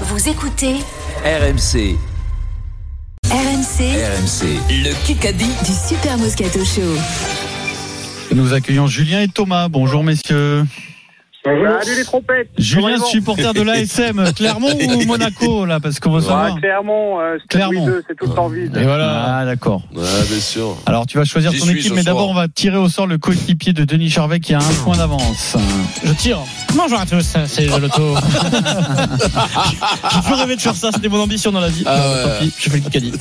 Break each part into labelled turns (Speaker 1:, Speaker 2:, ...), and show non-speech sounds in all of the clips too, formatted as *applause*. Speaker 1: Vous écoutez
Speaker 2: RMC,
Speaker 1: RMC
Speaker 2: RMC, le Kikadi.
Speaker 1: du Super Moscato Show.
Speaker 3: Nous accueillons Julien et Thomas. Bonjour messieurs.
Speaker 4: Salut les trompettes
Speaker 3: Julien,
Speaker 4: Vraiment.
Speaker 3: supporter de
Speaker 5: *laughs*
Speaker 3: l'ASM, Clermont ou Monaco là, parce qu'on veut
Speaker 4: Ah,
Speaker 3: savoir.
Speaker 4: Clermont, euh, c'est
Speaker 3: Clermont.
Speaker 4: Louis II, c'est tout le temps vide.
Speaker 3: Et voilà. Ah d'accord.
Speaker 6: Ouais, bien sûr.
Speaker 3: Alors tu vas choisir
Speaker 6: J'y
Speaker 3: ton
Speaker 6: suis
Speaker 3: équipe,
Speaker 6: ce
Speaker 3: mais d'abord
Speaker 6: soir.
Speaker 3: on va tirer au sort le coéquipier de Denis Charvet qui a un point d'avance.
Speaker 5: Je tire. Bonjour à tous, c'est
Speaker 3: *laughs*
Speaker 5: l'auto. J'ai toujours rêvé de faire ça, c'était mon ambition dans la vie.
Speaker 6: Ah
Speaker 5: Non,
Speaker 6: ouais.
Speaker 5: Tant pis, j'ai fait le Kikadi.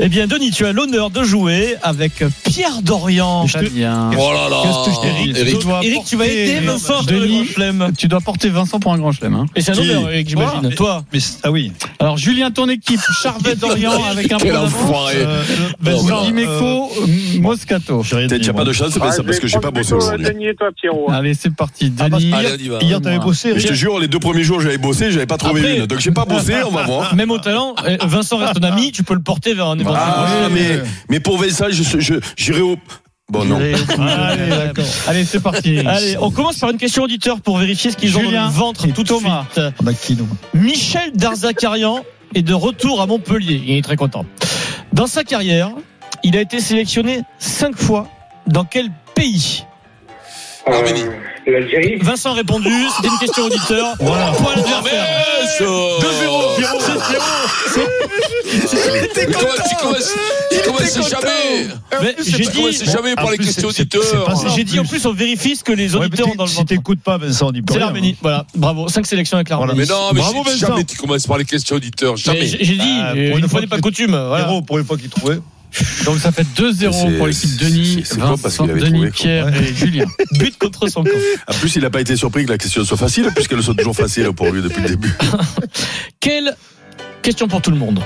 Speaker 5: Eh bien, Denis, tu as l'honneur de jouer avec Pierre Dorian.
Speaker 3: Très bien.
Speaker 6: Oh là là.
Speaker 3: Qu'est-ce que je t'ai dit
Speaker 6: Eric,
Speaker 3: Tu dois
Speaker 5: Eric, tu vas
Speaker 3: porter-
Speaker 5: aider Vincent sur le
Speaker 3: Denis,
Speaker 5: grand chelem.
Speaker 3: Tu dois porter Vincent pour un grand chelem. hein.
Speaker 5: Et c'est un
Speaker 6: Qui
Speaker 5: honneur, Eric, j'imagine.
Speaker 3: Moi
Speaker 5: Toi,
Speaker 3: Mais- ah oui. Alors Julien, ton équipe,
Speaker 7: *laughs*
Speaker 3: Charvet d'Orient avec un point
Speaker 6: Quel
Speaker 3: d'avance.
Speaker 6: enfoiré.
Speaker 3: Euh,
Speaker 5: Oh,
Speaker 7: Oh,
Speaker 6: Vincent,
Speaker 5: Euh,
Speaker 3: Dimeco,
Speaker 7: Euh,
Speaker 3: Moscato.
Speaker 6: T'as t'as pas de chance, mais
Speaker 4: Ah, je
Speaker 6: ça parce
Speaker 4: vais
Speaker 6: que j'ai pas
Speaker 4: prendre
Speaker 6: bossé
Speaker 4: plutôt,
Speaker 6: aujourd'hui.
Speaker 4: euh, Denis et toi, Pierrot.
Speaker 3: Allez, c'est parti.
Speaker 5: Ah, bah,
Speaker 3: Denis,
Speaker 6: allez,
Speaker 7: euh,
Speaker 6: on y va.
Speaker 3: hier t'avais bossé.
Speaker 6: Mais je te jure, les deux premiers jours j'avais bossé, j'avais pas trouvé
Speaker 5: Après-
Speaker 6: une. Donc j'ai pas bossé, on va
Speaker 5: *laughs*
Speaker 6: voir.
Speaker 5: même au talent, eh, Vincent reste ton ami, tu peux le porter vers un éventuel grand
Speaker 6: Ah,
Speaker 5: chelem.
Speaker 6: mais, mais pour Vincent, je, je, j'irai au. Bon, Oh, non.
Speaker 7: Ah,
Speaker 3: Allez, d'accord. Allez, c'est parti.
Speaker 5: Allez, on commence par une question auditeur pour vérifier ce qu'ils ont dans
Speaker 3: Julien
Speaker 5: le ventre
Speaker 3: et
Speaker 5: tout au
Speaker 3: Thomas.
Speaker 5: suite. Michel Darzakarian est de retour à Montpellier. Il est très content. Dans sa carrière, il a été sélectionné cinq fois. Dans quel pays
Speaker 6: Arménie.
Speaker 8: L'Algérie
Speaker 5: Vincent a répondu. C'était une question auditeur. Voilà. Point à l'adversaire.
Speaker 6: Deux
Speaker 5: 2-0, Pierrot,
Speaker 6: Mais comment Oh, tu commences, tu commences jamais
Speaker 5: Mais J'ai
Speaker 6: Tu commences
Speaker 5: dit.
Speaker 6: jamais par les questions
Speaker 7: c'est pas ça.
Speaker 6: auditeurs.
Speaker 5: J'ai dit en plus on vérifie ce que les auditeurs ont dans le
Speaker 7: si
Speaker 5: ventre.
Speaker 7: t'écoutes pas, Vincent, on n'y peut
Speaker 5: C'est
Speaker 7: rien.
Speaker 3: hein.
Speaker 5: l'Arménie. Voilà. Bravo. Cinq sélections avec l'Arménie.
Speaker 6: Mais non, mais
Speaker 5: Bravo
Speaker 6: j'ai dit
Speaker 5: Vincent.
Speaker 6: jamais tu commences par les questions auditeurs.
Speaker 5: Mais
Speaker 6: Jamais.
Speaker 5: J'ai j'ai dit.
Speaker 7: Ah, pour
Speaker 5: euh,
Speaker 7: une
Speaker 5: Une fois
Speaker 7: fois
Speaker 5: n'est pas
Speaker 7: que-
Speaker 5: coutume. Voilà.
Speaker 7: Héros, pour une fois qu'il trouvait.
Speaker 3: Donc ça fait 2-0
Speaker 6: C'est-
Speaker 3: pour l'équipe
Speaker 6: c'est-
Speaker 3: Denis,
Speaker 6: c'est quoi, parce
Speaker 3: Vincent,
Speaker 6: qu'il avait
Speaker 3: Denis,
Speaker 6: trouvé, quoi.
Speaker 3: Pierre et Julien.
Speaker 5: *laughs* But contre son camp.
Speaker 6: En plus, il a pas été surpris que la question soit facile, puisqu'elle soit toujours facile pour lui depuis le début.
Speaker 5: Quelle question pour tout le monde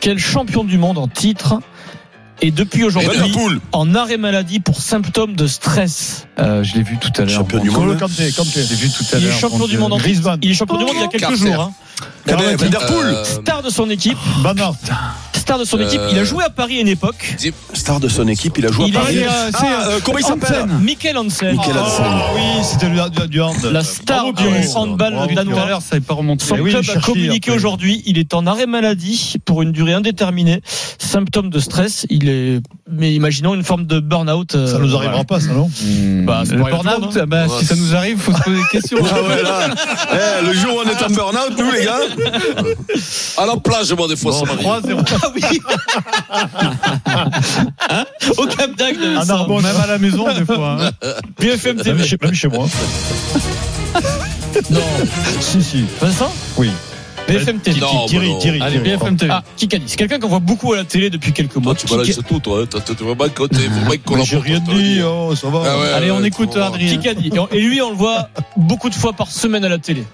Speaker 5: Quel champion du monde en titre est depuis aujourd'hui
Speaker 6: Liverpool,
Speaker 5: en arrêt maladie pour symptômes de stress
Speaker 3: Euh, je l'ai vu tout à l'heure.
Speaker 6: Champion du
Speaker 3: Mon
Speaker 6: monde.
Speaker 3: Dieu.
Speaker 7: Kanté, Kanté.
Speaker 3: Je l'ai vu tout à l'heure.
Speaker 5: Il est
Speaker 3: mon
Speaker 5: champion du
Speaker 3: Dieu.
Speaker 5: monde en titre.
Speaker 7: Griezmann.
Speaker 5: Il est champion du monde il y a quelques
Speaker 6: Carter.
Speaker 5: jours. hein.
Speaker 6: Eh ben,
Speaker 5: Carlotti.
Speaker 6: Liverpool.
Speaker 5: Star de son équipe.
Speaker 7: Van Aert.
Speaker 5: Star de son équipe.
Speaker 6: Euh,
Speaker 5: Il a joué à Paris à une époque.
Speaker 6: Star de son équipe, il a joué
Speaker 5: Il
Speaker 6: à
Speaker 5: est,
Speaker 6: Paris.
Speaker 5: euh,
Speaker 6: Ah, euh, comment il s'appelle
Speaker 3: Hansen.
Speaker 5: Michael Hansen.
Speaker 6: Michael Hansen.
Speaker 7: Ah oui, c'était le du, du hand.
Speaker 5: La
Speaker 7: Bravo,
Speaker 5: star du
Speaker 7: Pierrot.
Speaker 5: handball
Speaker 7: Bravo,
Speaker 3: Tout à
Speaker 5: danois.
Speaker 3: l'heure, ça n'est pas remonté.
Speaker 5: Son
Speaker 7: Eh oui,
Speaker 5: club
Speaker 7: je
Speaker 5: a
Speaker 7: cherchais
Speaker 5: communiqué
Speaker 7: après.
Speaker 5: aujourd'hui. Il est en arrêt maladie pour une durée indéterminée. Symptômes de stress. Il est, mais imaginons une forme de burn-out. euh,
Speaker 7: Ça nous arrivera
Speaker 5: voilà.
Speaker 7: pas, ça, non
Speaker 3: Bah,
Speaker 5: Bah, c'est
Speaker 3: le
Speaker 5: pour rien
Speaker 3: burn-out,
Speaker 5: tout le monde,
Speaker 3: bah, si ça nous arrive, faut se poser des questions.
Speaker 6: Ah ouais, là. Eh, le jour où on est en burn-out, nous, les gars. À la plage, moi, des fois, ça m'arrive.
Speaker 3: 3-0.
Speaker 5: Ah oui Au Cap d'Agde
Speaker 7: Un
Speaker 5: ça.
Speaker 7: arbre, même à la maison, des fois. hein.
Speaker 5: BFM
Speaker 7: Même,
Speaker 5: TV
Speaker 7: chez, même chez moi.
Speaker 5: Non
Speaker 7: Si, si.
Speaker 5: Vincent
Speaker 7: Oui.
Speaker 5: BFM TV
Speaker 6: Non, bah
Speaker 7: Thierry,
Speaker 6: non.
Speaker 7: Thierry.
Speaker 3: Allez,
Speaker 7: Thierry.
Speaker 3: BFM TV.
Speaker 5: Ah, Kikadi, c'est quelqu'un qu'on voit beaucoup à la télé depuis quelques mois.
Speaker 6: Toi, tu balances tout, toi. hein. T'as t'as vraiment compté. Faut pas qu'on
Speaker 7: Mais
Speaker 6: en
Speaker 7: J'ai rien
Speaker 6: porte, on te le
Speaker 7: dit,
Speaker 6: dit.
Speaker 7: oh, ça va.
Speaker 6: Ah ouais,
Speaker 3: Allez,
Speaker 6: ouais,
Speaker 3: on
Speaker 6: ouais,
Speaker 3: écoute
Speaker 6: faut voir.
Speaker 3: Adrien.
Speaker 5: Kikadi. Et on- Et lui, on le voit beaucoup de fois par semaine à la télé.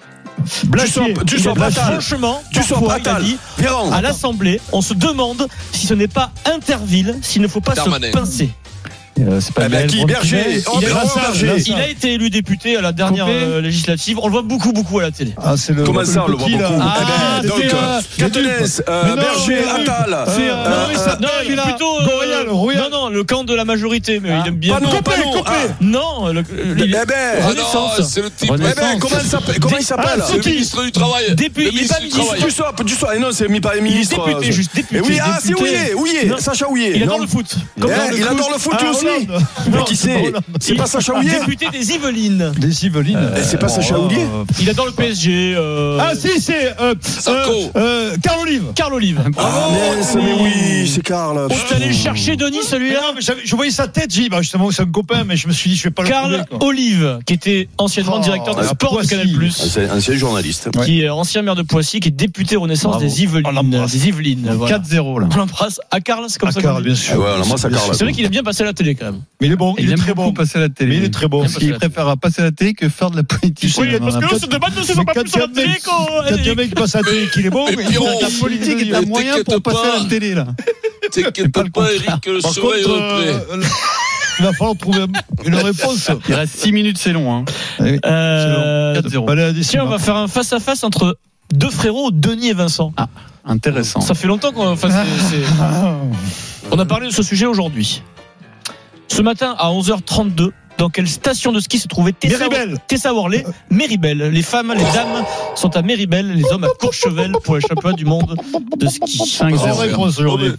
Speaker 6: Tu sors, tu
Speaker 5: Il
Speaker 6: sors
Speaker 5: a-
Speaker 6: Blatal.
Speaker 5: Franchement,
Speaker 6: Tu sors
Speaker 5: parfois, il a
Speaker 6: Blatal.
Speaker 5: dit,
Speaker 6: Véran.
Speaker 5: à l'Assemblée, on se demande si ce n'est pas Interville, s'il ne faut pas
Speaker 6: Darmanin.
Speaker 5: se pincer.
Speaker 3: Euh, c'est pas
Speaker 6: Eh ben,
Speaker 3: Gaël
Speaker 6: qui
Speaker 3: Brown-
Speaker 6: Berger. Oh,
Speaker 5: Il a-
Speaker 6: Véran, Berger.
Speaker 5: Il a été élu député à la dernière
Speaker 3: Copé.
Speaker 5: euh, législative. On le voit beaucoup, beaucoup à la télé.
Speaker 7: Ah, c'est le.
Speaker 6: Comment ça, on le voit
Speaker 7: petit, là.
Speaker 6: beaucoup
Speaker 5: Ah,
Speaker 6: Eh ben,
Speaker 7: c'est,
Speaker 6: donc,
Speaker 7: euh,
Speaker 6: Catenès, euh,
Speaker 7: Mais non,
Speaker 6: Berger,
Speaker 7: mais oui.
Speaker 6: Attal.
Speaker 7: C'est, euh,
Speaker 6: Euh,
Speaker 7: Maurice
Speaker 6: euh,
Speaker 5: Non, il est
Speaker 7: Attal,
Speaker 5: plutôt. euh,
Speaker 7: Royal, Royal.
Speaker 5: Non, non, le camp de la majorité, mais
Speaker 7: Ah.
Speaker 5: il aime bien.
Speaker 6: Panon,
Speaker 5: Copé,
Speaker 6: Panon,
Speaker 5: Copé.
Speaker 6: ah.
Speaker 5: Non, le- le-
Speaker 6: Eh
Speaker 5: il-
Speaker 6: ben, ah non,
Speaker 5: Renaissance.
Speaker 6: c'est le type. Eh
Speaker 3: Renaissance.
Speaker 6: ben, comment il s'appelle Comment il s'appelle
Speaker 5: Ah,
Speaker 6: Le
Speaker 5: Sophie.
Speaker 6: ministre du Travail.
Speaker 5: Député,
Speaker 6: Le
Speaker 5: il est pas
Speaker 6: ministre du
Speaker 5: ministre.
Speaker 6: Travail.
Speaker 5: Tu
Speaker 6: Du sort, du sort. Et Eh non, c'est mis par les
Speaker 5: il est
Speaker 6: ministres.
Speaker 5: député, juste député.
Speaker 6: Et oui, ah, c'est
Speaker 5: député.
Speaker 6: Ouillet, Ouillet,
Speaker 5: Non.
Speaker 6: Sacha Ouillet.
Speaker 5: Il adore
Speaker 6: Non.
Speaker 5: le foot.
Speaker 6: Eh,
Speaker 5: Comme dans le
Speaker 6: il
Speaker 5: foot.
Speaker 6: adore le foot, lui
Speaker 7: Ah,
Speaker 6: aussi.
Speaker 7: Hollande.
Speaker 5: *laughs*
Speaker 6: Mais qui c'est C'est
Speaker 5: Il-
Speaker 6: pas Sacha Ouillet
Speaker 5: Ah, Député des Yvelines.
Speaker 7: Des Yvelines.
Speaker 6: Eh, c'est pas
Speaker 7: Bon,
Speaker 6: Sacha
Speaker 7: là,
Speaker 6: Houllier
Speaker 7: euh,
Speaker 5: Il adore le PSG. euh,
Speaker 7: Ah, si, c'est. Euh,
Speaker 6: Sarko.
Speaker 7: euh, euh, Carl Olive.
Speaker 5: Carl Olive.
Speaker 6: Ah, mince, mais oui, c'est Karl.
Speaker 5: On est allé le chercher, Denis,
Speaker 7: Mais
Speaker 5: celui-là.
Speaker 7: non, mais j'avais- je voyais sa tête, j'ai dit, bah justement, c'est un copain, mais je me suis dit, je vais pas le
Speaker 5: Carl
Speaker 7: trouver, quoi.
Speaker 5: Olive, qui était anciennement
Speaker 7: Oh,
Speaker 5: directeur des
Speaker 7: la
Speaker 5: sports de
Speaker 7: Poissy.
Speaker 5: Canal+.
Speaker 6: C'est ancien journaliste.
Speaker 7: Ouais.
Speaker 5: Qui est ancien maire de Poissy, qui est député Renaissance
Speaker 3: Bravo.
Speaker 5: des Yvelines.
Speaker 7: On l'embrasse.
Speaker 5: Des Yvelines, voilà.
Speaker 3: 4-0 là.
Speaker 5: On l'embrasse à Carl, c'est comme
Speaker 7: Ah,
Speaker 5: ça. qu'on
Speaker 7: Carl,
Speaker 5: dit.
Speaker 7: bien sûr.
Speaker 6: Ah ouais, alors moi, ça, Carl.
Speaker 5: C'est vrai qu'il aime bien passer à la télé quand même.
Speaker 7: Mais il est bon, il,
Speaker 3: Il,
Speaker 7: est
Speaker 3: aime
Speaker 7: très
Speaker 3: beaucoup
Speaker 7: bon.
Speaker 3: passer à la télé.
Speaker 7: Mais il est très bon.
Speaker 3: Parce qu'il
Speaker 5: Il aime passer
Speaker 3: préfère passer à la télé que faire de la politique.
Speaker 5: Oui, parce
Speaker 3: On a
Speaker 5: que là,
Speaker 3: pas-
Speaker 5: on se demande ne se sont pas
Speaker 7: Quand il
Speaker 5: plus
Speaker 7: y
Speaker 5: sur
Speaker 7: a
Speaker 5: la télé, quoi.
Speaker 7: un mec qui passe à la télé, qu'il est bon,
Speaker 6: Mais
Speaker 7: mais
Speaker 6: Pierrot,
Speaker 3: La politique est un
Speaker 6: Mais
Speaker 3: moyen
Speaker 6: t'inquiète
Speaker 3: pour passer à
Speaker 6: pas.
Speaker 3: la télé là.
Speaker 6: T'inquiète pas, Eric, le
Speaker 7: par contre,
Speaker 6: soleil
Speaker 7: euh,
Speaker 6: reprend.
Speaker 7: le- il va falloir trouver un-
Speaker 3: *laughs*
Speaker 7: une réponse.
Speaker 3: Il reste 6 minutes, c'est long. Hein.
Speaker 5: Euh,
Speaker 3: 4-0.
Speaker 7: Allez, à
Speaker 5: Tiens, on va faire un face-à-face entre deux frérots, Denis et Vincent.
Speaker 7: Ah,
Speaker 3: Intéressant.
Speaker 5: Ça fait longtemps qu'on enfin,
Speaker 7: *laughs*
Speaker 5: c'est- c'est- On a parlé de ce sujet aujourd'hui. Ce matin, à 11h32, dans quelle station de ski se trouvait Tessa,
Speaker 7: Méribel.
Speaker 5: Tessa Worley Méribel. Les femmes, les dames sont à Méribel, les hommes à Courchevel pour les championnats du monde de ski.
Speaker 7: Zéro
Speaker 6: Ah,
Speaker 7: réponse aujourd'hui.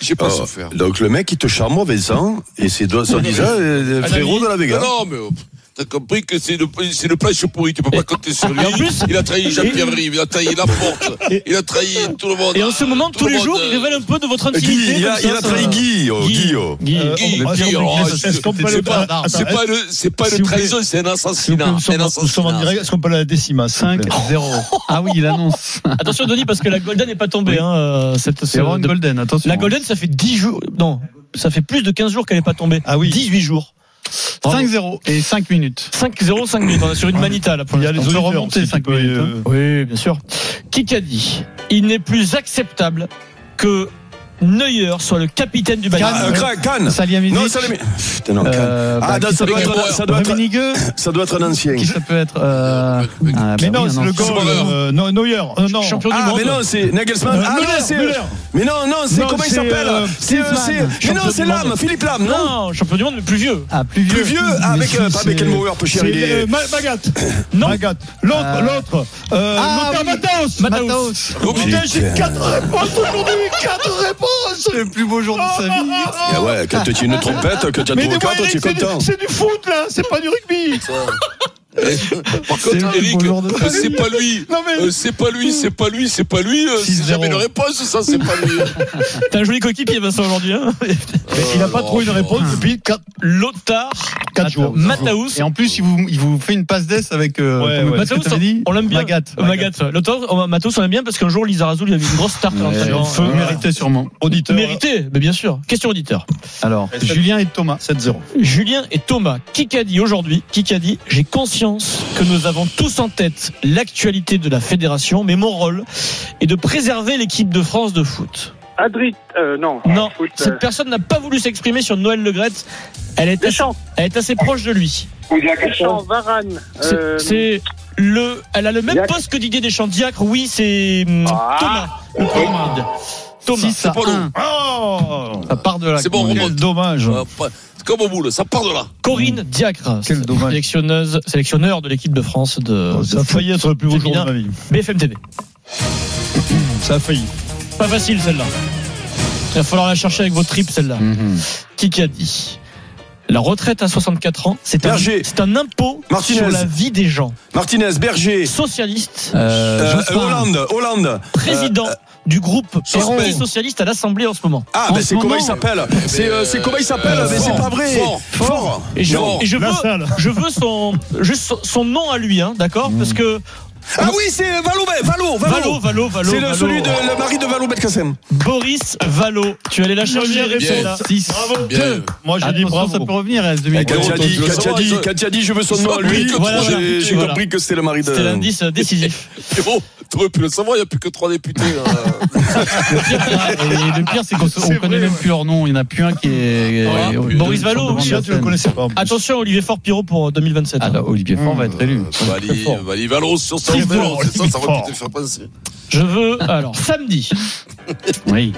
Speaker 8: J'ai pas
Speaker 6: Ah,
Speaker 8: souffert.
Speaker 6: Donc le mec il te charme au Vincent et c'est do- ça déjà euh, frérot de la
Speaker 5: hein.
Speaker 6: Vega.
Speaker 8: Non, mais euh, t'as compris que c'est le, c'est le planche pourri, tu peux pas compter sur lui.
Speaker 5: En plus-
Speaker 8: il a trahi Jean-Pierre Rive, il a trahi Laporte, il a trahi tout le monde.
Speaker 5: Et en ce moment,
Speaker 8: Tout
Speaker 5: tous
Speaker 8: le
Speaker 5: les
Speaker 8: monde,
Speaker 5: jours,
Speaker 8: euh,
Speaker 5: il révèle un peu de votre
Speaker 6: Guy,
Speaker 5: intimité.
Speaker 6: il a,
Speaker 5: comme
Speaker 6: il
Speaker 5: ça,
Speaker 6: a
Speaker 5: ça-
Speaker 6: trahi Guy, oh, Guy, oh.
Speaker 5: Guy.
Speaker 7: Euh,
Speaker 8: Guy,
Speaker 7: on-
Speaker 8: Guy,
Speaker 7: on-
Speaker 8: oh,
Speaker 7: est-ce- est-ce qu'on peut
Speaker 8: c'est
Speaker 7: le-
Speaker 8: pas,
Speaker 7: Attends,
Speaker 8: c'est
Speaker 7: est-ce-
Speaker 8: pas, une, c'est pas
Speaker 7: s'il
Speaker 8: une
Speaker 7: vous plaît.
Speaker 8: trahison, c'est un
Speaker 7: S'il vous plaît,
Speaker 8: assassinat.
Speaker 7: nous sommes-
Speaker 8: un
Speaker 7: nous sommes en
Speaker 8: assassinat.
Speaker 7: direct. Est-ce qu'on peut la décima s'il vous
Speaker 3: 5,
Speaker 7: plaît
Speaker 3: 0. Ah oui,
Speaker 7: *laughs*
Speaker 3: il annonce.
Speaker 5: Attention, Denis, parce que la Golden n'est pas tombée. hein, euh, cette,
Speaker 3: C'est
Speaker 5: ce-
Speaker 3: vraiment une
Speaker 5: de-
Speaker 3: golden, attention.
Speaker 5: La Golden, ça fait 10 jours. Non, ça fait plus de 15 jours qu'elle n'est pas tombée.
Speaker 7: Ah oui.
Speaker 5: 18 jours.
Speaker 3: 5-0 et 5 minutes.
Speaker 5: 5-0, 5 minutes. On est sur une manita là pour
Speaker 7: Il y a les
Speaker 5: l'instant.
Speaker 3: peut
Speaker 7: auditeurs,
Speaker 3: remonter
Speaker 7: si
Speaker 3: cinq
Speaker 7: tu peux,
Speaker 3: minutes, hein.
Speaker 7: euh,
Speaker 5: Oui, bien sûr. Qui qu'a dit Il n'est plus acceptable que Neuer soit le capitaine du Bayern.
Speaker 6: Ah, euh, Cra- Cannes.
Speaker 3: Saliamidi.
Speaker 6: Non, ça l'est- Putain, non, Cannes.
Speaker 3: Euh, bah,
Speaker 6: Ah, non, ça doit être ça doit être-
Speaker 3: Rummenigge,
Speaker 6: ça doit être un ancien.
Speaker 3: qui ça peut être euh,
Speaker 8: Mais
Speaker 3: ah, bah
Speaker 7: Mais
Speaker 3: oui,
Speaker 7: non,
Speaker 3: un
Speaker 7: c'est le
Speaker 3: ancien.
Speaker 7: goal.
Speaker 8: Schumacher.
Speaker 7: euh, Non, Neuer. Euh, Non.
Speaker 5: Champion du
Speaker 6: Ah
Speaker 5: monde.
Speaker 6: mais non c'est Nagelsmann.
Speaker 7: Euh,
Speaker 6: Ah
Speaker 7: Müller,
Speaker 6: non c'est
Speaker 7: Müller.
Speaker 6: mais non non c'est
Speaker 7: Non,
Speaker 6: comment il
Speaker 7: c'est,
Speaker 6: s'appelle
Speaker 7: euh,
Speaker 6: C'est euh, c'est- mais non
Speaker 5: champion
Speaker 6: c'est
Speaker 5: du
Speaker 6: Lam,
Speaker 5: monde.
Speaker 6: Philippe Lam, non
Speaker 5: Ah, Non, champion du monde, mais plus vieux.
Speaker 3: Ah, plus vieux.
Speaker 6: Plus vieux ah,
Speaker 3: Mais
Speaker 6: avec
Speaker 3: si,
Speaker 6: euh, pas
Speaker 3: c'est-
Speaker 6: Beckenbauer pour
Speaker 7: C'est
Speaker 6: chier. il est-
Speaker 7: euh, Ma- *coughs* Magat.
Speaker 5: Non.
Speaker 7: Magat. L'autre,
Speaker 3: Euh,
Speaker 7: l'autre. Euh,
Speaker 3: Ah,
Speaker 7: l'auteur
Speaker 3: oui.
Speaker 7: Mataos.
Speaker 3: Mataos.
Speaker 7: Oh, Putain, j'ai
Speaker 6: Putain.
Speaker 7: 4 réponses aujourd'hui. 4 réponses.
Speaker 3: Le plus beau jour de sa vie.
Speaker 6: Ah ouais, quand tu as une trompette, que tu as
Speaker 7: Mais dis-moi,
Speaker 6: trouvé 4, tu es
Speaker 7: Eric, c'est du-
Speaker 6: content.
Speaker 7: c'est du foot là, c'est pas du rugby.
Speaker 8: Eh, Par
Speaker 3: C'est
Speaker 8: contre,
Speaker 3: vrai,
Speaker 8: Eric,
Speaker 3: bonjour de
Speaker 8: euh, c'est pas lui.
Speaker 7: Non mais
Speaker 8: Euh, c'est pas lui, c'est pas lui, c'est pas lui. euh, C'est
Speaker 3: 6-0.
Speaker 8: jamais une réponse, ça, c'est pas
Speaker 7: *laughs*
Speaker 8: lui.
Speaker 5: T'as un joli coéquipier, Vincent, aujourd'hui. hein.
Speaker 7: Mais il n'a pas trouvé une réponse depuis 4,
Speaker 5: Lothar,
Speaker 7: jours.
Speaker 5: Mataus.
Speaker 3: Et en plus, il vous, il vous fait une passe d'ess avec. Euh,
Speaker 7: Ouais,
Speaker 3: comme-
Speaker 7: ouais.
Speaker 3: parce que
Speaker 5: Mataus,
Speaker 3: t'avais dit,
Speaker 5: on l'aime bien.
Speaker 3: Magat.
Speaker 5: Magat. ouais. Lothar, on- Mataus, on aime bien parce qu'un jour, Lizarazu lui avait une grosse tarte à
Speaker 6: Eh,
Speaker 5: l'entraînement.
Speaker 3: Feu
Speaker 5: Euh,
Speaker 3: mérité sûrement.
Speaker 7: Auditeur.
Speaker 5: Mérité, mais bien sûr. Question auditeur.
Speaker 3: Alors,
Speaker 7: Et ça-
Speaker 3: Julien et Thomas.
Speaker 7: 7-0.
Speaker 5: Julien et Thomas, qui qu'a dit aujourd'hui Qui qu'a dit J'ai conscience que nous avons tous en tête l'actualité de la fédération, mais mon rôle est de préserver l'équipe de France de foot.
Speaker 4: Adrit, euh, non.
Speaker 5: Non,
Speaker 4: Foot, euh,
Speaker 5: cette personne n'a pas voulu s'exprimer sur Noël Le Gret. Elle est, assez,
Speaker 4: Deschamps.
Speaker 5: elle est assez proche de lui.
Speaker 4: Deschamps, Varane.
Speaker 5: C'est-
Speaker 4: euh,
Speaker 5: C'est le, elle a le même
Speaker 4: Diacre.
Speaker 5: poste que Didier Deschamps. Diacre, oui, c'est hum,
Speaker 4: Ah.
Speaker 5: Thomas. Le pyramide. Thomas.
Speaker 3: 6 à
Speaker 8: pas long.
Speaker 3: 1.
Speaker 7: Oh
Speaker 3: Ça part de là.
Speaker 8: C'est bon, on
Speaker 3: Quel
Speaker 8: remonte.
Speaker 3: dommage.
Speaker 6: Ah,
Speaker 8: Euh, pas- c'est Comme au boule, ça part de là.
Speaker 5: Corinne Mmh. Diacre,
Speaker 3: Quel dommage. Oh,
Speaker 5: sélectionneuse, sélectionneur de l'équipe de France de,
Speaker 7: Ça
Speaker 5: de
Speaker 7: a
Speaker 5: foot.
Speaker 7: failli être le plus beau jour de ma vie.
Speaker 5: BFM TV.
Speaker 7: Ça a failli.
Speaker 5: Pas facile celle-là. Il va falloir la chercher avec vos tripes celle-là.
Speaker 3: Mhm.
Speaker 5: Qui qui a dit La retraite à 64 ans, c'est un,
Speaker 6: Berger.
Speaker 5: c'est un impôt
Speaker 6: Martinez.
Speaker 5: sur la vie des gens.
Speaker 6: Martinez, Berger,
Speaker 5: Socialiste,
Speaker 6: euh,
Speaker 3: Euh, Jospin.
Speaker 6: Hollande, Euh, Hollande.
Speaker 5: président du groupe
Speaker 8: Suspect.
Speaker 5: Parti Socialiste à l'Assemblée en ce moment.
Speaker 6: Ah,
Speaker 3: En
Speaker 6: mais
Speaker 3: ce
Speaker 6: c'est comment
Speaker 3: moment-
Speaker 6: il s'appelle C'est euh, c'est comment il s'appelle
Speaker 8: euh,
Speaker 6: Mais c'est
Speaker 8: fort,
Speaker 6: pas vrai.
Speaker 8: fort,
Speaker 6: fort.
Speaker 5: Et je,
Speaker 8: Non.
Speaker 5: et je veux,
Speaker 7: La salle.
Speaker 5: je veux son, juste son, son nom à lui, hein, d'accord Parce que
Speaker 6: Ah oui, c'est Valo,
Speaker 5: Valo,
Speaker 6: Valo, Valo.
Speaker 5: Valo, Valo,
Speaker 6: C'est le-
Speaker 5: Valo.
Speaker 6: celui de le mari de Valo Belkacem.
Speaker 5: Boris Valo. Tu allais la chercher.
Speaker 7: Première
Speaker 8: Bien.
Speaker 7: réponse.
Speaker 3: 6.
Speaker 8: Bien.
Speaker 7: Moi j'ai dit
Speaker 3: Attention, ça
Speaker 7: bravo.
Speaker 3: peut revenir à
Speaker 6: Quand
Speaker 3: 2000.
Speaker 6: il a dit- quand il
Speaker 8: Je
Speaker 6: a
Speaker 8: sens-
Speaker 6: dit-
Speaker 8: je-
Speaker 6: quand il a dit je veux son
Speaker 8: je
Speaker 6: nom
Speaker 8: sens
Speaker 6: à lui,
Speaker 8: que
Speaker 5: voilà,
Speaker 6: j'ai j'ai
Speaker 5: voilà.
Speaker 6: compris que c'était le mari de.
Speaker 7: *laughs*
Speaker 5: C'était l'indice décisif.
Speaker 8: Frérot, t'aurais pu le savoir, il n'y a plus que trois députés.
Speaker 7: *laughs*
Speaker 8: hein.
Speaker 3: Et le pire, c'est qu'on se- on
Speaker 7: C'est
Speaker 3: connaît
Speaker 7: vrai,
Speaker 3: même
Speaker 7: ouais.
Speaker 3: plus leur nom. Il n'y en a plus un qui est.
Speaker 8: Voilà.
Speaker 6: Ah,
Speaker 3: euh,
Speaker 5: Boris
Speaker 3: de- sur le
Speaker 5: Vallot,
Speaker 3: devant
Speaker 7: Si
Speaker 3: de la
Speaker 7: là, tu le
Speaker 3: scène.
Speaker 7: connaissais pas. en plus. Mmh.
Speaker 5: Attention, Olivier Fort Pirot pour 2027.
Speaker 3: Ah,
Speaker 5: hein.
Speaker 3: là, Olivier Faure va être élu.
Speaker 8: Vali, Vali Valos sur son
Speaker 7: Très
Speaker 8: front,
Speaker 7: fort,
Speaker 8: c'est ça, ça va
Speaker 7: fort.
Speaker 8: peut-être faire penser.
Speaker 5: Je veux, alors, samedi,
Speaker 3: Oui.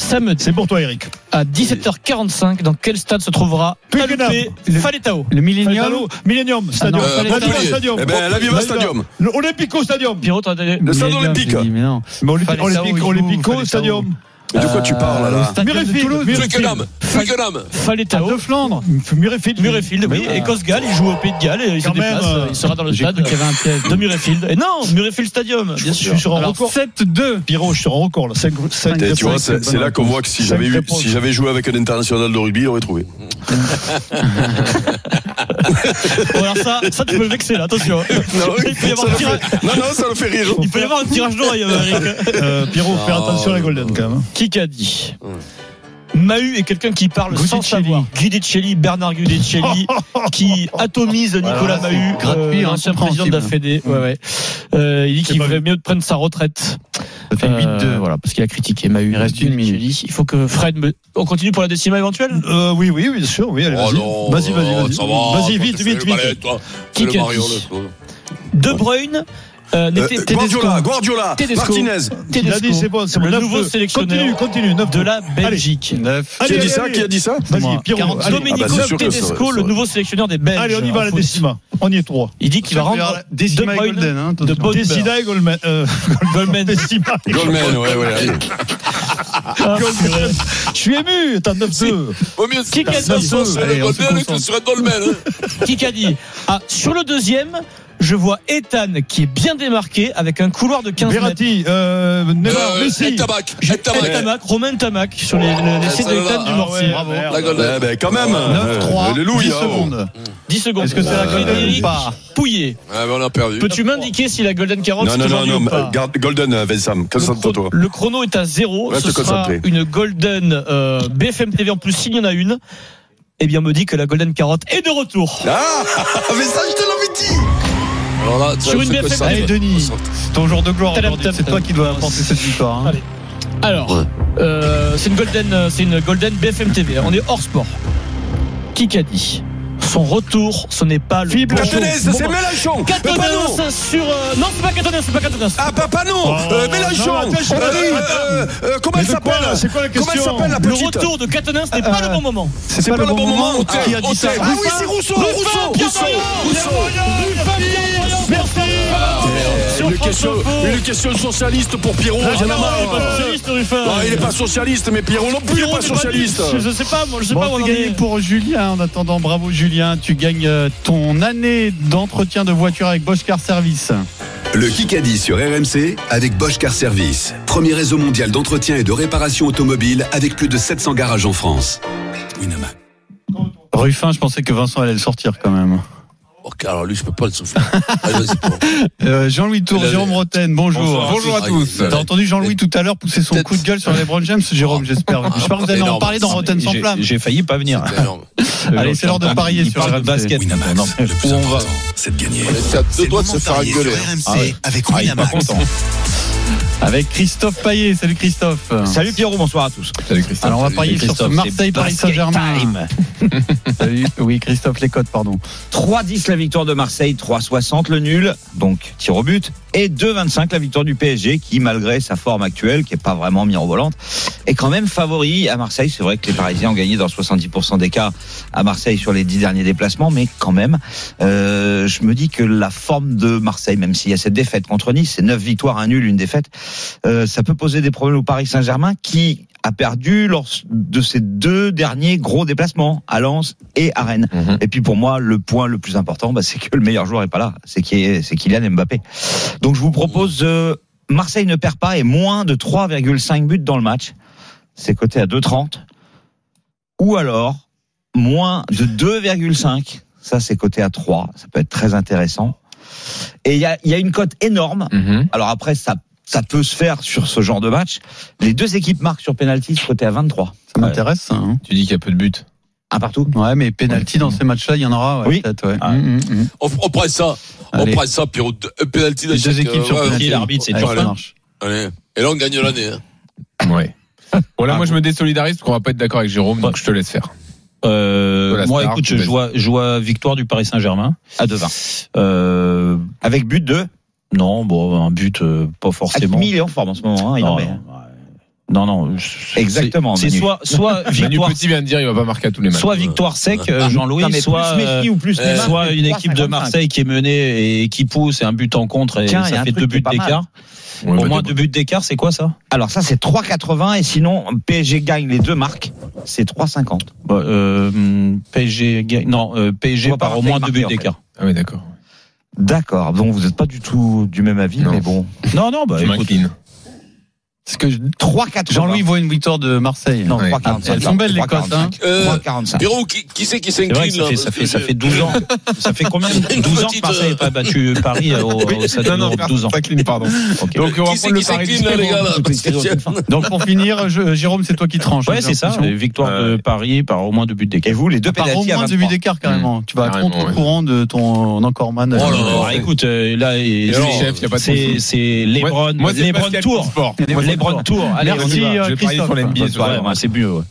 Speaker 5: samedi,
Speaker 7: C'est pour toi Eric.
Speaker 5: à 17h45, dans quel stade se trouvera
Speaker 7: Twickenham.
Speaker 5: Talupé Faletao
Speaker 3: Le Millennium.
Speaker 7: Allô, Millennium Stadium. La
Speaker 3: Ah non,
Speaker 8: euh,
Speaker 7: Viva
Speaker 8: Montpellier.
Speaker 7: Stadium.
Speaker 6: Eh ben, la Viva Stadium.
Speaker 7: Le Olympico Stadium.
Speaker 5: Pierrot, t'as donné-
Speaker 6: Le stade
Speaker 3: Millennium,
Speaker 6: olympique.
Speaker 3: j'ai dit, Mais non.
Speaker 7: Mais Olympi-
Speaker 3: Fallait ça,
Speaker 7: Olympico,
Speaker 3: où il joue, fallait
Speaker 7: Olympico
Speaker 3: ça,
Speaker 7: Stadium.
Speaker 6: Mais de quoi tu parles
Speaker 3: Le
Speaker 6: là
Speaker 3: stade de
Speaker 7: Murrayfield,
Speaker 3: Toulouse.
Speaker 7: Murrayfield.
Speaker 8: Twickenham, Twickenham.
Speaker 3: Stade de
Speaker 5: Faletao.
Speaker 3: Flandre.
Speaker 7: Murrayfield. Ah.
Speaker 5: Murrayfield, oui, Écosse-Galles, il joue au Pays de Galles, et il se
Speaker 7: Quand même,
Speaker 5: déplace,
Speaker 7: euh,
Speaker 5: il sera dans le
Speaker 3: J'ai
Speaker 5: stade
Speaker 3: cru qu'il y avait un piège.
Speaker 5: de Murrayfield. Et non, Murrayfield Stadium, bien
Speaker 7: Je
Speaker 5: sûr.
Speaker 7: suis sur un
Speaker 5: Alors,
Speaker 7: record.
Speaker 3: 7-2.
Speaker 7: Pyro, je suis en record là. 5,
Speaker 6: Et tu vois, c'est c'est là qu'on voit que si j'avais eu,
Speaker 7: réponses.
Speaker 6: si j'avais joué avec un international de rugby, il aurait trouvé.
Speaker 5: Bon, alors ça, ça, tu peux le vexer
Speaker 7: *laughs*
Speaker 5: là, attention. il peut y avoir un tirage,
Speaker 6: *laughs* Non, non, ça le fait rire.
Speaker 5: il peut y avoir un tirage d'oreille, euh,
Speaker 7: *laughs*
Speaker 5: Eric.
Speaker 7: Euh, Pierrot,
Speaker 6: Ah.
Speaker 7: fais attention à la Golden quand même.
Speaker 5: Qui qu'a dit Mahu est quelqu'un qui parle sans
Speaker 3: Guidicelli.
Speaker 5: savoir. Guidicelli,
Speaker 7: *laughs*
Speaker 5: Bernard Guidicelli, qui atomise Nicolas
Speaker 3: Voilà, c'est
Speaker 5: Mahu,
Speaker 3: gratuit,
Speaker 7: hein,
Speaker 5: euh, ancien président de la Fédé. Ouais, ouais. Euh, il dit qu'il ferait mieux de prendre sa retraite.
Speaker 3: Ça fait 8-2.
Speaker 5: Euh, voilà, parce qu'il a critiqué Mahu.
Speaker 3: Il reste une
Speaker 5: Guidicelli. Il faut que Fred me. On continue pour la décima éventuelle
Speaker 7: Euh, oui, oui, bien sûr, oui,
Speaker 3: Eh,
Speaker 7: allez,
Speaker 8: Oh
Speaker 7: vas-y.
Speaker 8: non,
Speaker 7: vas-y, vas-y,
Speaker 8: oh,
Speaker 7: vas-y.
Speaker 8: ça va,
Speaker 7: Vas-y,
Speaker 8: toi,
Speaker 7: vite, vite,
Speaker 8: t'es fait
Speaker 7: vite.
Speaker 8: le malin, toi.
Speaker 5: Qui
Speaker 8: Fais le
Speaker 5: qu'a
Speaker 8: mariole,
Speaker 5: dit
Speaker 8: toi.
Speaker 5: De Bruyne Euh,
Speaker 6: Euh,
Speaker 5: n'était- Tedesco.
Speaker 6: Guardiola, Guardiola,
Speaker 5: Tedesco.
Speaker 6: Martinez.
Speaker 7: Il
Speaker 5: Tedesco,
Speaker 7: a dit, c'est bon, c'est bon.
Speaker 5: le
Speaker 7: Neuf,
Speaker 5: nouveau
Speaker 7: euh, Continue,
Speaker 5: sélectionneur
Speaker 7: continue. neuf,
Speaker 5: de
Speaker 7: deux.
Speaker 5: la Belgique.
Speaker 3: 9.
Speaker 6: Qui a
Speaker 7: Allez,
Speaker 6: dit ça
Speaker 7: allez,
Speaker 6: Qui a dit ça
Speaker 7: Vas-y,
Speaker 5: Moi.
Speaker 7: Pierrot.
Speaker 5: 40,
Speaker 7: allez.
Speaker 5: Domenico
Speaker 6: Ah bah, c'est sûr que ça,
Speaker 5: Tedesco,
Speaker 6: ouais,
Speaker 5: le
Speaker 6: c'est vrai.
Speaker 5: nouveau sélectionneur des Belges.
Speaker 7: Allez, on y va à la
Speaker 5: en foot.
Speaker 7: décima. On y est trois.
Speaker 5: Il dit qu'il va rendre De
Speaker 3: Décima et
Speaker 5: Bruyne, *laughs*
Speaker 3: Golden. Hein,
Speaker 5: de
Speaker 3: attention.
Speaker 5: bonnes mœurs.
Speaker 7: Décida et Goldman. euh,
Speaker 5: Goldman.
Speaker 7: Décima et
Speaker 6: Goldman, ouais, ouais. allez.
Speaker 5: Ah,
Speaker 7: Goldman. Je suis ému, t'as 9-2.
Speaker 8: Vaut mieux
Speaker 5: Qui
Speaker 8: qui
Speaker 5: gagne
Speaker 8: gagne
Speaker 5: dans
Speaker 8: sur
Speaker 5: ce-
Speaker 3: Allez,
Speaker 8: le
Speaker 3: on se
Speaker 8: Dolmen que
Speaker 3: concentre.
Speaker 8: sur un Dolmen. hein.
Speaker 5: Qui qu'a dit Ah, Sur le deuxième, je vois Ethan qui est bien démarqué avec un couloir de 15 mètres.
Speaker 7: Berati, euh, Neymar,
Speaker 8: Euh,
Speaker 7: Messi.
Speaker 8: El Tabac, El
Speaker 5: El
Speaker 8: Tabac.
Speaker 5: Tamac, Romain Tamac sur les, les- les sites de
Speaker 8: celle-là,
Speaker 5: Ethan du
Speaker 8: ah
Speaker 5: Morcy.
Speaker 7: ouais,
Speaker 5: Bravo.
Speaker 7: merde.
Speaker 8: La Golden.
Speaker 6: Eh ben, quand même.
Speaker 7: 9-3.
Speaker 6: Le Louis,
Speaker 7: 10
Speaker 6: hein.
Speaker 7: secondes.
Speaker 5: 10 secondes.
Speaker 7: Est-ce que c'est la Golden
Speaker 5: Eric
Speaker 7: ou pas
Speaker 5: Pouillet.
Speaker 8: Ah, mais on a perdu.
Speaker 5: Peux-tu m'indiquer si la Golden Carotte
Speaker 6: Non,
Speaker 5: c'est
Speaker 6: non, non,
Speaker 5: aujourd'hui
Speaker 6: non,
Speaker 5: ou pas
Speaker 6: garde- Golden, euh, Vincent,
Speaker 5: le,
Speaker 6: concentre-toi.
Speaker 5: chrono, le chrono est à zéro.
Speaker 6: Reste
Speaker 5: Ce sera
Speaker 6: concentré.
Speaker 5: une Golden euh, BFM TV en plus s'il y en a une. Eh bien, me dit que la Golden Carotte est de retour.
Speaker 6: Ah *laughs* Mais ça, je te l'avais dit
Speaker 8: Alors là,
Speaker 5: Sur une
Speaker 8: c'est
Speaker 5: BFM.
Speaker 8: concentré.
Speaker 5: Allez,
Speaker 7: Denis. C'est ton jour de gloire
Speaker 5: Tadam,
Speaker 7: aujourd'hui.
Speaker 5: tadam,
Speaker 7: C'est toi
Speaker 5: tadam.
Speaker 7: qui dois apporter cette victoire. hein.
Speaker 5: Allez. Alors, euh, c'est une Golden, euh, c'est une Golden BFM TV. On est hors sport. Qui qu'a dit Son retour, ce n'est pas le. bon
Speaker 6: Catenez,
Speaker 5: jour.
Speaker 6: c'est
Speaker 5: Bon-
Speaker 6: Mélenchon Papanon
Speaker 5: Catonin sur. euh, non, c'est pas Catonin, c'est pas Catonin.
Speaker 6: Ah, Papanon euh, Mélenchon
Speaker 7: Oh. non, attends, je-
Speaker 6: On a dit,
Speaker 7: attends.
Speaker 6: euh, euh, Comment elle
Speaker 7: Mais de quoi, là
Speaker 6: s'appelle
Speaker 7: C'est quoi la
Speaker 6: Comment elle
Speaker 7: question
Speaker 6: s'appelle la
Speaker 5: Le
Speaker 6: petite
Speaker 5: retour de Catonin, ce n'est pas
Speaker 7: Euh,
Speaker 5: le bon moment.
Speaker 7: C'est
Speaker 6: pas le bon moment.
Speaker 7: Ah, Qui a dit ça
Speaker 6: Ah oui, c'est Rousseau
Speaker 5: Ruffin,
Speaker 6: Rousseau
Speaker 5: Pierre
Speaker 6: Rousseau
Speaker 5: Dorian,
Speaker 6: Rousseau.
Speaker 5: Sur
Speaker 6: Une question,
Speaker 5: François Faux.
Speaker 6: une question socialiste pour Pierrot,
Speaker 5: Ah
Speaker 6: j'en ai
Speaker 5: non,
Speaker 6: marre.
Speaker 5: il est pas socialiste, Ruffin.
Speaker 6: Ah, il n'est pas socialiste, mais Pierrot non plus n'est
Speaker 5: Pierrot
Speaker 6: pas
Speaker 5: n'est pas
Speaker 6: socialiste.
Speaker 5: lui. Je je sais pas, moi, je sais pas où
Speaker 3: Bon,
Speaker 5: on
Speaker 3: c'est
Speaker 5: en
Speaker 3: gagné
Speaker 5: est.
Speaker 3: pour Julien. En attendant, bravo Julien, tu gagnes euh, ton année d'entretien de voiture avec Bosch Car Service.
Speaker 9: Le Kikadi sur RMC avec Bosch Car Service. Premier réseau mondial d'entretien et de réparation automobile avec plus de 700 garages en France. Winamax.
Speaker 3: Ruffin, je pensais que Vincent allait le sortir quand même.
Speaker 8: Ok, alors lui, je peux pas le souffler. Allez, vas-y, pour-
Speaker 3: Euh, Jean-Louis Tour,
Speaker 8: Là,
Speaker 3: Jérôme
Speaker 8: là.
Speaker 3: Roten, bonjour.
Speaker 8: Bonsoir. Bonjour à tous.
Speaker 3: T'as entendu Jean-Louis tout à l'heure pousser son
Speaker 8: Peut-être. Ah.
Speaker 3: coup de gueule sur LeBron James, Jérôme, j'espère. J'espère que vous allez en
Speaker 8: Énorme.
Speaker 3: parler dans Roten sans flamme.
Speaker 10: J'ai failli pas venir.
Speaker 8: C'est énorme.
Speaker 3: Allez, c'est l'heure de parier sur RMC.
Speaker 9: Winamax. Le plus
Speaker 10: on va
Speaker 9: important, c'est de gagner.
Speaker 8: T'as deux
Speaker 9: C'est
Speaker 8: doigts de
Speaker 9: le
Speaker 8: se faire
Speaker 9: moment de parier
Speaker 8: engueuler. hein.
Speaker 9: sur RMC
Speaker 10: Ah ouais.
Speaker 9: avec
Speaker 10: Ah, il est pas
Speaker 9: Winamax.
Speaker 10: content.
Speaker 3: Avec Christophe Payet. Salut Christophe.
Speaker 10: Salut Pierrot, bonsoir à tous. Salut Christophe.
Speaker 3: Alors, on va parier sur ce Marseille-Paris Saint-Germain. *laughs* Salut. Oui, Christophe, les codes, pardon.
Speaker 10: 3-10 la victoire de Marseille, 3-60 le nul, donc tir au but, et 2-25 la victoire du PSG qui, malgré sa forme actuelle, qui est pas vraiment mirobolante, est quand même favori à Marseille. C'est vrai que les Parisiens ont gagné dans 70% des cas à Marseille sur les 10 derniers déplacements, mais quand même, euh, je me dis que la forme de Marseille, même s'il y a cette défaite contre Nice, c'est 9 victoires, un nul, une défaite, euh, ça peut poser des problèmes au Paris Saint-Germain qui a perdu lors de ses deux derniers gros déplacements à Lens et à Rennes. Et puis pour moi, le point le plus important, bah, c'est que le meilleur joueur est pas là. C'est qui est, c'est Kylian Mbappé. Donc je vous propose euh, Marseille ne perd pas et moins de 3,5 buts dans le match. C'est coté à 2,30. Ou alors moins de 2,5. Ça c'est coté à 3. Ça peut être très intéressant. Et il y a, il y a une cote énorme. Alors après ça. Ça peut se faire sur ce genre de match. Les deux équipes marquent sur penalty, c'est coté à 23.
Speaker 3: Ça m'intéresse, ça, hein.
Speaker 10: Tu dis qu'il y a peu de buts. Un partout.
Speaker 3: Ouais, mais penalty dans ces matchs-là, il y en aura, ouais,
Speaker 10: Oui.
Speaker 3: peut-être, ouais.
Speaker 10: Ah.
Speaker 3: Mm, mm, mm.
Speaker 8: On, on prend ça.
Speaker 3: Allez.
Speaker 8: On prend ça, Pierrot. Deux- Un penalty
Speaker 3: Les
Speaker 8: de
Speaker 3: deux
Speaker 8: chaque,
Speaker 3: équipes
Speaker 8: euh,
Speaker 3: sur
Speaker 8: ouais,
Speaker 3: penalty.
Speaker 8: ok.
Speaker 3: Allez,
Speaker 8: Turpin.
Speaker 3: ça marche.
Speaker 8: Allez. Et là, on gagne l'année. hein.
Speaker 11: Ouais. Voilà, moi je me désolidarise parce qu'on va pas être d'accord avec Jérôme, donc je te laisse faire. De
Speaker 10: Euh,
Speaker 11: la
Speaker 10: moi,
Speaker 11: star,
Speaker 10: écoute, je
Speaker 11: tu
Speaker 10: je vois, je vois victoire du Paris Saint-Germain. À 2-20. Euh, Avec but de
Speaker 11: Non, bon, un but,
Speaker 10: euh,
Speaker 11: pas
Speaker 10: Hakimi, il est en forme en ce moment. Hein,
Speaker 11: Oh.
Speaker 10: il en met.
Speaker 11: Non, non.
Speaker 10: Exactement.
Speaker 11: C'est
Speaker 10: Oh, Manu.
Speaker 11: soit, soit
Speaker 10: Manu
Speaker 11: victoire,
Speaker 10: Petit
Speaker 11: vient de dire il va pas marquer à tous les matchs. soit victoire sec, euh,
Speaker 10: Ah, non,
Speaker 11: Jean-Louis,
Speaker 10: mais
Speaker 11: soit,
Speaker 10: plus
Speaker 11: euh,
Speaker 10: Messi ou plus
Speaker 8: euh,
Speaker 10: Neymar,
Speaker 11: soit
Speaker 10: c'est
Speaker 11: une
Speaker 10: 3,55.
Speaker 11: équipe de Marseille qui est menée et qui pousse et un but en contre et
Speaker 10: Tiens, il y a
Speaker 11: ça
Speaker 10: un
Speaker 11: fait
Speaker 10: truc
Speaker 11: deux
Speaker 10: qui est
Speaker 11: buts
Speaker 10: pas mal.
Speaker 11: d'écart.
Speaker 10: Ouais,
Speaker 11: Pour
Speaker 10: bah,
Speaker 11: moi,
Speaker 10: deux-
Speaker 11: deux buts d'écart, c'est quoi ça
Speaker 10: Alors ça, c'est 3,80 et sinon PSG gagne les deux marques, c'est 3,50.
Speaker 11: Bah, euh, hum, PSG gagne- non euh, PSG
Speaker 10: On va pas
Speaker 11: par au
Speaker 10: marquer,
Speaker 11: moins deux
Speaker 10: marquer,
Speaker 11: buts
Speaker 10: en fait.
Speaker 11: d'écart.
Speaker 10: Ah oui, d'accord. D'accord. Bon, vous n'êtes pas du tout du même avis,
Speaker 11: Non.
Speaker 10: mais bon.
Speaker 11: Non, non, bah
Speaker 10: Je
Speaker 11: écoute,
Speaker 3: Parce que
Speaker 10: 3,80.
Speaker 3: Jean-Louis voit une victoire de Marseille. hein.
Speaker 10: Non,
Speaker 11: Ouais.
Speaker 10: 3,45.
Speaker 3: Elles sont belles, les
Speaker 10: 3,45.
Speaker 3: cotes, hein.
Speaker 8: Euh,
Speaker 10: 3,45.
Speaker 8: Pierrot, qui, qui c'est qui
Speaker 11: C'est vrai que
Speaker 8: s'incline
Speaker 11: ça
Speaker 8: là
Speaker 11: fait, ça fait, ça fait 12 ans. Ça fait combien de- 12 ans que Marseille n'a pas battu *laughs* Paris euh, au, au Stade de l'Europe, 12 ans.
Speaker 10: pardon.
Speaker 11: Donc,
Speaker 8: Qui c'est qui s'incline là, les gars
Speaker 11: hein,
Speaker 8: là Parce que tiens,
Speaker 3: *laughs* Donc, pour finir, je- Jérôme, c'est toi qui tranches.
Speaker 11: Ouais,
Speaker 3: j'ai
Speaker 11: c'est ça.
Speaker 3: l'impression.
Speaker 11: Victoire de Paris par au moins deux buts
Speaker 10: Et
Speaker 11: d'écart.
Speaker 10: vous, les deux
Speaker 3: Par euh, au
Speaker 10: pénaltys à
Speaker 3: moins deux buts
Speaker 10: 23.
Speaker 3: d'écart, carrément. Tu vas à
Speaker 11: Mmh. Carrément,
Speaker 3: contre-courant de ton encoreman.
Speaker 8: Oh là
Speaker 11: Alors,
Speaker 8: là.
Speaker 11: écoute, euh, là, et-
Speaker 8: alors,
Speaker 11: c'est-
Speaker 8: chef,
Speaker 11: c'est- c'est c'est Lebron,
Speaker 10: moi, c'est
Speaker 11: Lebron
Speaker 10: Pascal
Speaker 11: Tour. Lebron Tour. Allez, on
Speaker 3: Merci,
Speaker 11: y va.
Speaker 3: euh, Christophe.
Speaker 11: Ouais, ouais, C'est mieux. ouais.